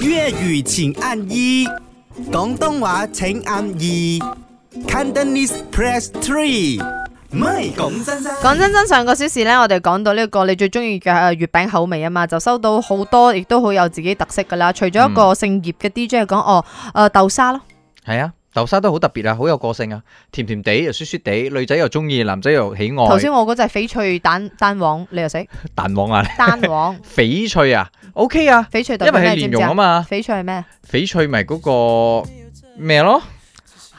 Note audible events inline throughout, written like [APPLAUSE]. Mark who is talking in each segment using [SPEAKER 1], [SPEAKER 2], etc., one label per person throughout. [SPEAKER 1] 粤语请按一，广东话请按二，Cantonese press three。唔係講真真，
[SPEAKER 2] 講真真，上個小時咧，我哋講到呢、個你最中意嘅呃月餅口味啊嘛，就收到好多，亦都好有自己特色噶啦。除咗一
[SPEAKER 3] 嗯
[SPEAKER 2] 個姓葉嘅 DJ 講哦，誒、豆沙咯，
[SPEAKER 3] 系啊，豆沙都好特別啊，好有個性啊，甜甜地又雪雪地，女仔又中意，男仔又喜愛。
[SPEAKER 2] 頭先我嗰隻翡翠蛋蛋黃，你
[SPEAKER 3] [LAUGHS]
[SPEAKER 2] 又食
[SPEAKER 3] 蛋黃啊，
[SPEAKER 2] 蛋黃
[SPEAKER 3] 翡翠啊，OK 啊，
[SPEAKER 2] 翡翠代
[SPEAKER 3] 因為
[SPEAKER 2] 表咩？
[SPEAKER 3] 係
[SPEAKER 2] 知
[SPEAKER 3] 蓮
[SPEAKER 2] 唔知
[SPEAKER 3] 蓉啊嘛，
[SPEAKER 2] 翡翠係咩？
[SPEAKER 3] 翡翠咪嗰個咩咯？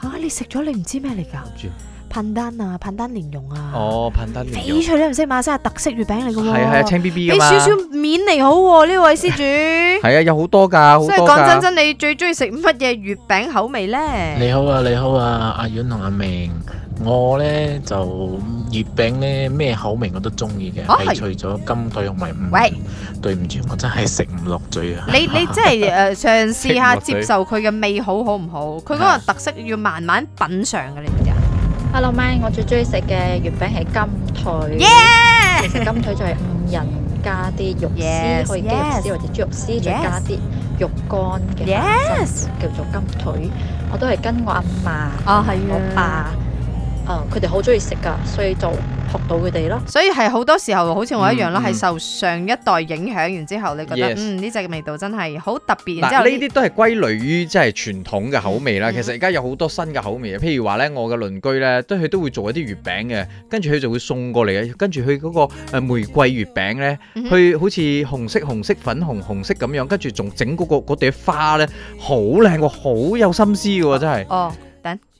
[SPEAKER 2] 嚇、你食咗你唔知咩嚟㗎
[SPEAKER 3] 知啊？
[SPEAKER 2] 噴丹啊，噴丹蓮蓉啊，
[SPEAKER 3] 哦，噴得蓮蓉
[SPEAKER 2] 翡，翠你唔識馬真係特色月餅嚟㗎喎，
[SPEAKER 3] 係啊係啊，青 B B 噶
[SPEAKER 2] 俾
[SPEAKER 3] 嘛
[SPEAKER 2] 少，少面嚟好喎、呢位施主。
[SPEAKER 3] 係啊，有好多㗎，好
[SPEAKER 2] 所以
[SPEAKER 3] 多
[SPEAKER 2] 講真
[SPEAKER 3] 㗎。
[SPEAKER 2] 真，你最中意食乜嘢月餅口味咧？
[SPEAKER 4] 你好啊，你好啊，阿婉同阿明，我呢就月餅呢咩口味我都中意嘅，
[SPEAKER 2] 啊係
[SPEAKER 4] 係除咗金腿同埋五
[SPEAKER 2] 喂
[SPEAKER 4] 仁。對唔住，我真係食唔落嘴啊！
[SPEAKER 2] 你
[SPEAKER 4] [LAUGHS]
[SPEAKER 2] 你真
[SPEAKER 3] [LAUGHS]
[SPEAKER 2] 係誒嘗試下
[SPEAKER 3] 食唔落嘴
[SPEAKER 2] 接受佢嘅味好好唔好？佢嗰
[SPEAKER 3] 啊
[SPEAKER 2] 個特色要慢慢品嚐嘅，你知唔知啊？
[SPEAKER 5] Hello Mike，我最中意食嘅月餅係金腿。其實金腿就係五仁加啲肉
[SPEAKER 2] Yes，
[SPEAKER 5] 絲，可以雞肉
[SPEAKER 2] yes
[SPEAKER 5] 絲或者豬肉絲，再
[SPEAKER 2] Yes
[SPEAKER 5] 加啲肉乾嘅花生，叫做金腿。我都係跟我阿嫲、
[SPEAKER 2] 啊係
[SPEAKER 5] 我爸，誒佢哋好中意食㗎，所以就學到佢哋咯。
[SPEAKER 2] 所以係好多時候好似我一樣咯，
[SPEAKER 3] 嗯
[SPEAKER 2] 係
[SPEAKER 3] 嗯
[SPEAKER 2] 受上一代影響，然之後你覺得
[SPEAKER 3] Yes
[SPEAKER 2] 嗯呢只味道真係好特別，然之
[SPEAKER 3] 嗱，
[SPEAKER 2] 後
[SPEAKER 3] 呢啲都係歸類於即係傳統嘅口味啦。
[SPEAKER 2] 嗯
[SPEAKER 3] 其實而家有好多新嘅口味啊，譬如話咧，我嘅鄰居咧，都佢都會做一啲月餅嘅，跟住佢就會送過嚟嘅。跟住佢嗰個誒玫瑰月餅咧，
[SPEAKER 2] 嗯哼
[SPEAKER 3] 佢好似紅色、紅色、粉紅、紅色咁樣，跟住仲整嗰個嗰朵花咧，好靚喎，好有心思嘅喎，真係，
[SPEAKER 2] 哦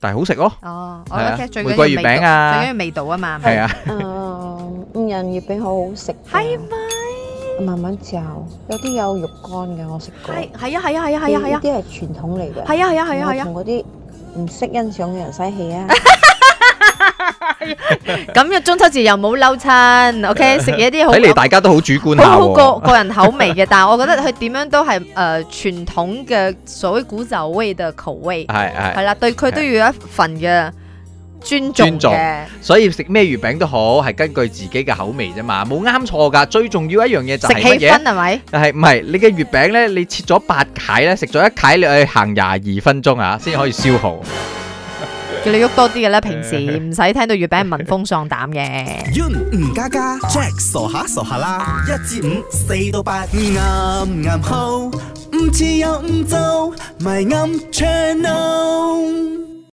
[SPEAKER 3] 但係好食咯，
[SPEAKER 2] 哦，我
[SPEAKER 3] 係啊
[SPEAKER 2] OK，最緊
[SPEAKER 3] 玫
[SPEAKER 2] 要
[SPEAKER 3] 瑰
[SPEAKER 2] 味
[SPEAKER 3] 月
[SPEAKER 2] 道，
[SPEAKER 3] 餅
[SPEAKER 2] 最緊
[SPEAKER 3] 啊，
[SPEAKER 2] 要味道啊嘛。
[SPEAKER 3] 係啊，
[SPEAKER 6] 嗯，五仁月餅好好食，
[SPEAKER 2] 係咪？
[SPEAKER 6] 慢慢嚼，有啲有肉乾嘅，我食過。
[SPEAKER 2] 係係啊係啊係啊係啊係啊
[SPEAKER 6] 呢啲係傳統嚟嘅。
[SPEAKER 2] 係啊係啊係啊係啊
[SPEAKER 6] 同嗰啲唔識欣賞嘅人嘥氣啊！
[SPEAKER 2] 咁嘅中秋節又冇嬲親，OK 食嘢啲好
[SPEAKER 3] 睇嚟大家都好主觀下
[SPEAKER 2] 好好個
[SPEAKER 3] 喎。
[SPEAKER 2] 個人口味嘅，但係我覺得佢點樣都係誒、呃、傳統嘅所謂古早味嘅口味，
[SPEAKER 3] [LAUGHS] 係
[SPEAKER 2] 係
[SPEAKER 3] 係，
[SPEAKER 2] 啦，對佢都要有一份嘅尊重
[SPEAKER 3] 尊重
[SPEAKER 2] 嘅。
[SPEAKER 3] 所以食咩月餅都好，係根據自己嘅口味啫嘛，冇啱錯㗎。最重要一樣嘢就
[SPEAKER 2] 食
[SPEAKER 3] 係乜
[SPEAKER 2] 氣
[SPEAKER 3] 嘢
[SPEAKER 2] 氛？係咪？
[SPEAKER 3] 係唔係？你嘅月餅咧，你切咗八塊咧，食咗一塊你去行廿二分鐘啊，先可以消耗。
[SPEAKER 2] 叫你喐多啲嘅啦，
[SPEAKER 3] [LAUGHS]
[SPEAKER 2] 平時唔使聽到月餅係聞風喪膽嘅。
[SPEAKER 1] Yun 吳家家 Jack 傻下傻下啦，一至五四到八，啱啱好，唔似又唔做，咪啱 channel。